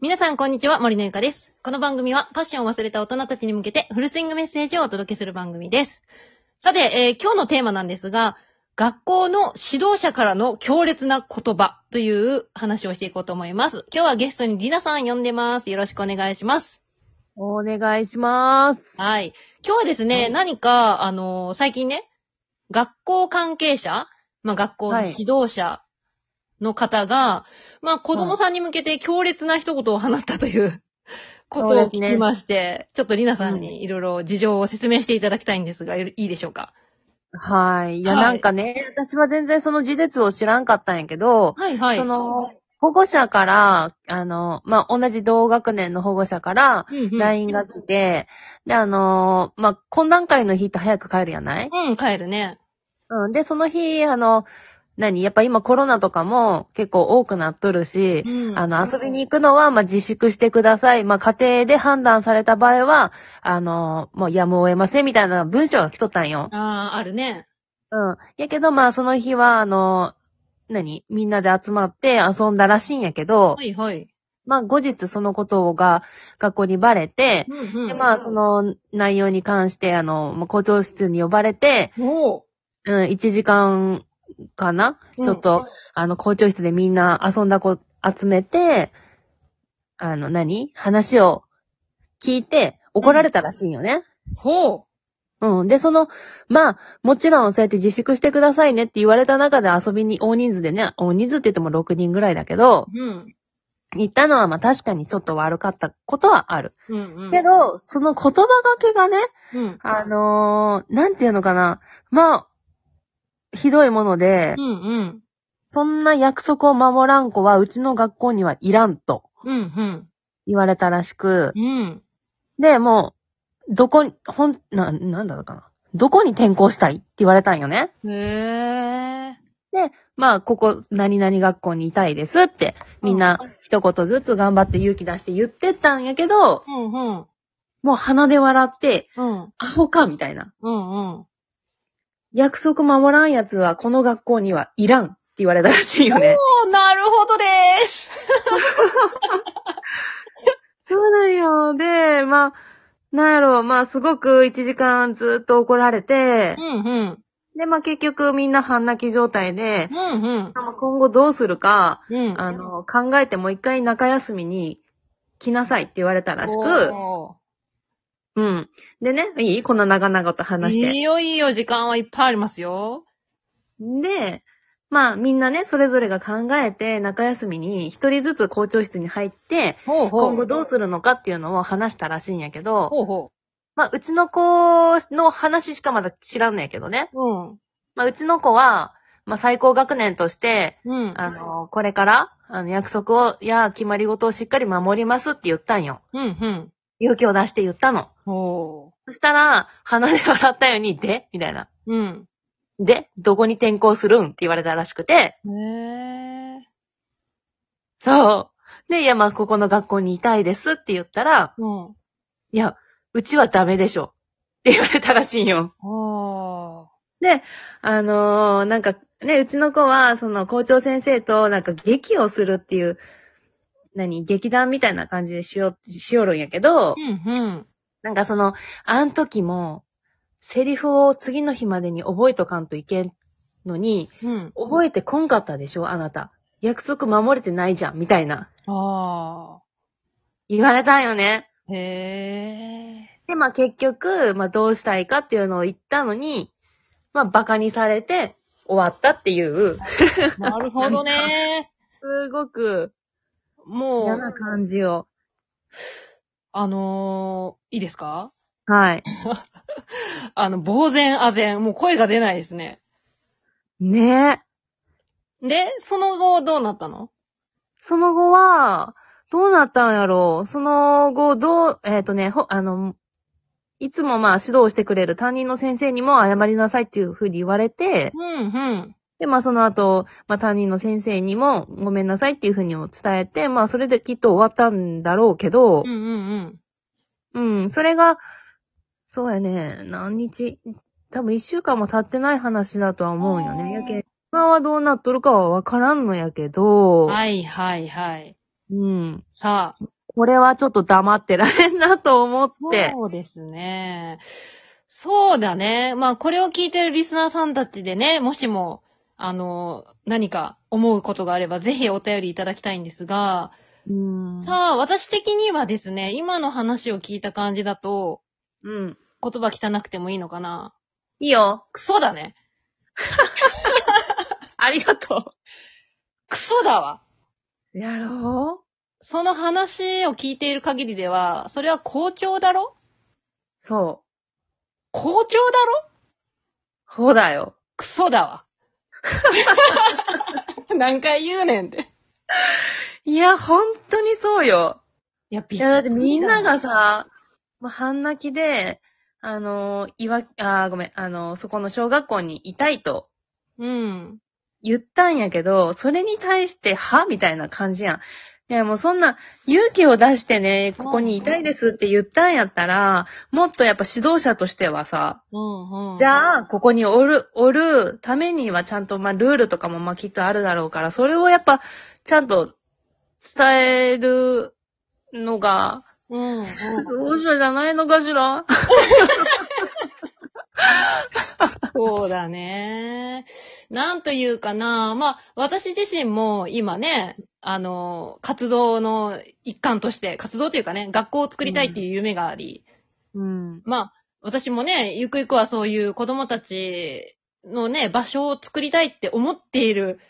皆さん、こんにちは。森のゆかです。この番組は、パッションを忘れた大人たちに向けて、フルスイングメッセージをお届けする番組です。さて、えー今日のテーマなんですが、学校の指導者からの強烈な言葉という話をしていこうと思います。今日はゲストにリナさん呼んでます。よろしくお願いします。お願いします。はい。今日はですね、はい何か、あのー最近ね、学校関係者、まあ学校の指導者の方が、まあ子供さんに向けて強烈な一言を放ったという、 ことをそうですね聞きまして、ちょっとりなさんにいろいろ事情を説明していただきたいんですが、よろいいでしょうかはい。いや、はいなんかね、私は全然その事実を知らんかったんやけど、はいはい。そ、の、保護者から、あの、まあ、同じ同学年の保護者から、うんうん、 LINE が来て、で、あの、まあ、懇談会の日って早く帰るやないうん、帰るね。うん。で、その日、あの、何やっぱ今コロナとかも結構多くなっとるし、うんあの、遊びに行くのは、まあ、自粛してください。まあ、家庭で判断された場合は、あの、もうやむを得ませんみたいな文章が来とったんよ。ああ、あるね。うん。やけど、まあ、その日は、あの、何みんなで集まって遊んだらしいんやけどは、いはい。まあ、後日そのことが学校にバレて、うんうんで、まあ、そ、の内容に関して、あの、まあ校長室に呼ばれて、おーうん、1時間かな、うんちょっと、あの、校長室でみんな遊んだ子集めて、あの、何話を聞いて、怒られたらしいんよね。ほう。うん。で、その、まあ、もちろんそうやって自粛してくださいねって言われた中で遊びに大人数でね、大人数って言っても6人ぐらいだけど、うん。行ったのはまあ確かにちょっと悪かったことはある。うんうん。け、ど、その言葉がけがね、うん。あのーなんていうのかな、まあ、ひどいものでう、んうん。そんな約束を守らん子はうちの学校にはいらんとうんうん。言われたらしく、うん。で、もう、どこに、ほん、な、なんだろうかな。どこに転校したいって言われたんよね。へえ。まあ、ここ、何々学校にいたいですって、みんな、一言ずつ頑張って勇気出して言ってったんやけど、うんうん。もう鼻で笑って、うん。アホか、みたいな。うんうん。約束守らんやつは、この学校にはいらんって言われたらしいよね。おー、なるほどでーす。そうなんよ。で、まあ、なんやろう、まあ、すごく1時間ずっと怒られてう、んうん。で、まあ、結局みんな半泣き状態で、うんうん。まあ今後どうするか、うん。あの、考えてもう一回中休みに来なさいって言われたらしく、おうん。でね、いいこんな長々とー、話して。いいよいいよ、時間はいっぱいありますよ。で、まあみんなね、それぞれが考えて、中休みに一人ずつ校長室に入って、ほうほう。今後どうするのかっていうのを話したらしいんやけど、ほうほまあうちの子の話しかまだ知らんのやけどね。う。まあうちの子は、まあ最高学年として、うん。うん。あの、これから、あの、約束を、や、決まり事をしっかり守りますって言ったんよ。うんうん。勇気を出して言ったの。ほそしたら、鼻で笑ったように、でみたいな。う。うん。で、どこに転校するんって言われたらしくて、へえ。そう。で、いや、まあ、ここの学校にいたいですって言ったら、うん。いや、うちはダメでしょ。って言われたらしいんよ。ほあのーなんか、ね、うちの子は、その校長先生と、なんか劇をするっていう、何、劇団みたいな感じでしよ、しよるんやけどう。う、んうん。なんかその、あん時も、セリフを次の日までに覚えとかんといけんのに、うん。覚えてこんかったでしょあなた。約束守れてないじゃん、みたいな。あ言われたんよね。あ。へえ。で、まあ結局、まあどうしたいかっていうのを言ったのに、まあバカにされて終わったっていう、 なるほどね。すごく、もう、嫌な感じを。あのー、いいですかはい。あの、呆然あぜん。もう声が出ないですね。ねえ。で、その後どうなったのその後は、どうなったんやろうその後、どう、えっ、とね、ほ、あの、いつもまあ指導してくれる担任の先生にも謝りなさいっていうふうに言われて、うんうん。で、まあその後、まあ担任の先生にもごめんなさいっていうふうにも伝えて、まあそれできっと終わったんだろうけどうん、うんうん。うん、それが、そうやね、何日、多分一週間も経ってない話だとは思うんよね。あやーけ、今はどうなっとるかはわからんのやけど、はいはいはい。うん。さあ、これはちょっと黙ってられんなと思って。そうですね。そうだね。まあ、これを聞いてるリスナーさんたちでね、もしも、あの、何か思うことがあれば、ぜひお便りいただきたいんですが、うん。さあ、私的にはですね、今の話を聞いた感じだと、うん。言葉汚くてもいいのかないいよ。クソだね。ありがとクソだわ。う。やろうその話を聞いている限りでは、それは校長だろそう。校長だろそうだよ。クソだわ。 何回言うねんって。いや、本当にそうよ。いや、びいっや、だってみんながさ、さ、まあ、半泣きで、あの、いわ、あー、ごめん、あの、そこの小学校にいたいとうん。言ったんやけど、それに対して、はみたいな感じやん。いや、もうそんな、勇気を出してね、ここにいたいですって言ったんやったら、もっとやっぱ指導者としてはさ、うんうん。じゃあ、あ、ここにおる、おるためにはちゃんと、まあ、ルールとかもまあ、きっとあるだろうから、それをやっぱ、ちゃんと伝えるのが、うん、うん。どうしたじゃないのかしらそうだね。なんというかな。まあ、私自身も今ね、あの、活動の一環として、活動というかね、学校を作りたいっていう夢があり、うん。まあ、私もね、ゆくゆくはそういう子供たちのね、場所を作りたいって思っている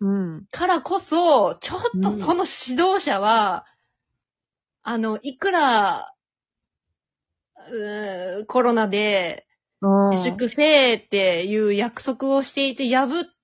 うん。からこそ、ちょっとその指導者は、あの、いくら、うーコロナで自粛せえっていう約束をしていて破っ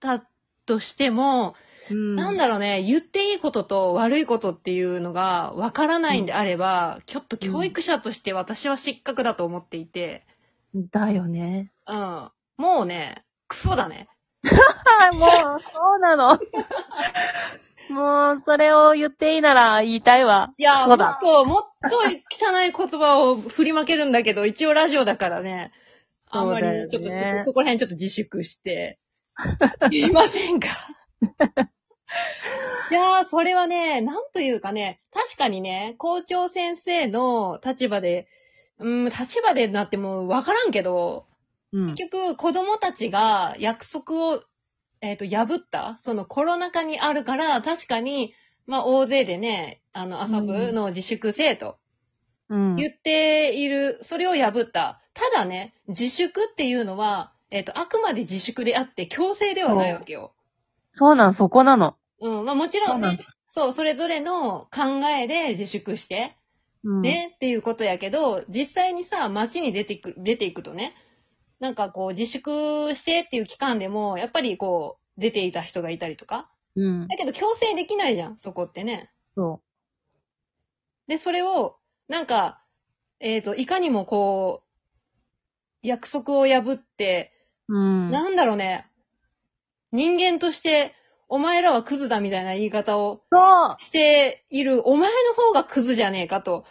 たとしても、うんなんだろうね、言っていいことと悪いことっていうのがわからないんであれば、ちょっと教育者として私は失格だと思っていて、だよね。うん。もうね、クソだね。はい、もう、そうなの。 もう、それを言っていいなら言いたいわ。いや、そもうっだと、もっと汚い言葉を振りまけるんだけど、一応ラジオだからね、あんまりそうだよねちょっと、そこら辺ちょっと自粛 して、言いませんか いやー、それはね、なんというかね、確かにね、校長先生の立場で、うん、立場でなってもわからんけど、うん。結局子供たちが約束を、えっと破った、そのコロナ禍にあるから、確かに、まあ大勢でね、あの遊ぶのを自粛せえとうん。言っている、それを破った。ただね、自粛っていうのは、えっ、と、あくまで自粛であって強制ではないわけよ。そうなの、そこなの。うん、まあもちろんそうなんね、そう、それぞれの考えで自粛して、うん。ね、っていうことやけど、実際にさ、街に出てく、出ていくとね、なんかこう、自粛してっていう期間でも、やっぱりこう、出ていた人がいたりとか。うん。だけど強制できないじゃん、そこってね。そで、それを、なんか、えっ、と、いかにもこう、約束を破って、う。うん。なんだろうね、人間として、お前らはクズだみたいな言い方をそうしている、お前の方がクズじゃねえかと。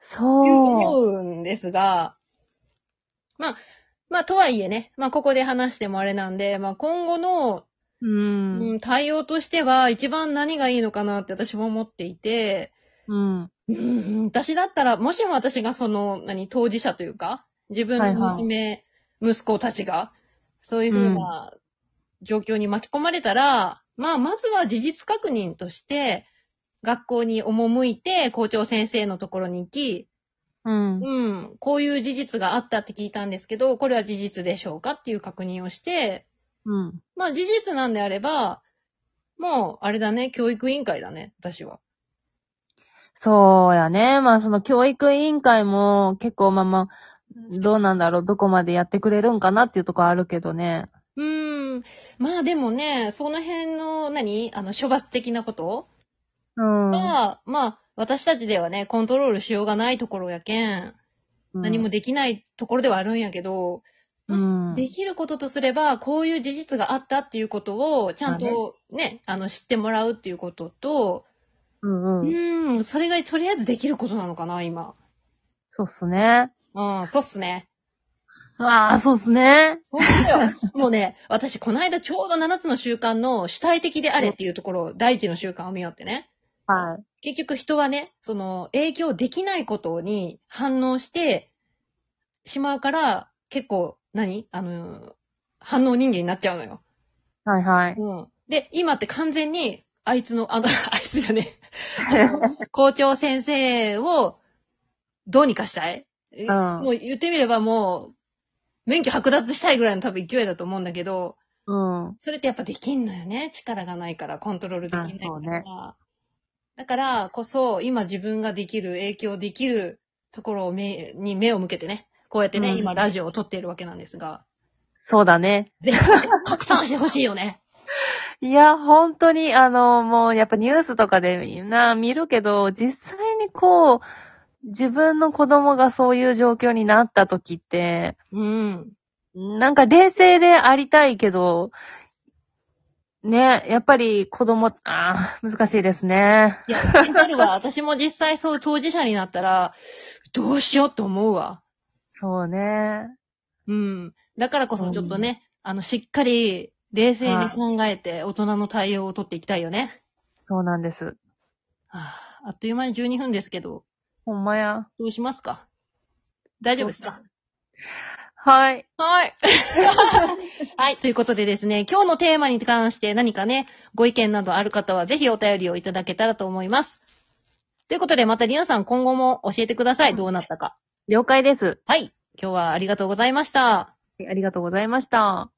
そう。思うんですが、まあ、まあ、とはいえね、まあ、ここで話してもあれなんで、まあ、今後の、うう。んん、対応としては、一番何がいいのかなって私も思っていて、うん。うん、私だったら、もしも私がその、何、当事者というか、自分の娘、息子たちが、そういうふうな状況に巻き込まれたら、まあ、まずは事実確認として、学校に赴いて、校長先生のところに行き、うん。うん、こういう事実があったって聞いたんですけど、これは事実でしょうかっていう確認をして、うん。まあ事実なんであれば、もう、あれだね、教育委員会だね、私は。そうやね。まあその教育委員会も結構まあまあ、どうなんだろう、どこまでやってくれるんかなっていうところあるけどね。うん、まあでもね、その辺の何、あの、処罰的なことうん。は、まあ、私たちではね、コントロールしようがないところやけん、何もできないところではあるんやけど、うん。できることとすれば、こういう事実があったっていうことを、ちゃんとね、あの、知ってもらうっていうことと、うんうん。うん、それがとりあえずできることなのかな、今。そうっすね。うん、そうっすね。ああ、そうっすね。そうだよ。 もうね、私、この間ちょうど7つの習慣の主体的であれっていうところを、第一の習慣を見ようってね。はい。結局人はね、その影響できないことに反応してしまうから、結構何、あの、反応人間になっちゃうのよ。はいはい。うん。で、今って完全に、あいつの、あ の、あいつじゃね え。あの校長先生を、どうにかしたい、うんもう言ってみればもう、免許剥奪したいぐらいの多分勢いだと思うんだけど、うん。それってやっぱできんのよね。力がないから、コントロールできないから。あそうねだからこそ、今自分ができる、影響できるところを目に目を向けてね、こうやってね、うん今ラジオを撮っているわけなんです が、そうだね。ぜひ、拡散してほしいよね。いや、本当に、あの、もう、やっぱニュースとかでみんな見るけど、実際にこう、自分の子供がそういう状況になった時って、うん。なんか冷静でありたいけど、ね、やっぱり子供、ああ、難しいですね。いや、わか るわ。私も実際そう当事者になったら、どうしようって思うわ。そうね。うん。だからこそちょっとね、あの、しっかり冷静に考えて大人の対応を取っていきたいよね。そうなんです。はあ、あっという間に12分ですけど、ほんまや。どうしますか大丈夫ですかはい。はい。 はい。ということでですね、今日のテーマに関して何かね、ご意見などある方はぜひお便りをいただけたらと思います。ということで、またリナさん今後も教えてください。どうなったか。了解です。はい。今日はありがとうございました。ありがとうございました。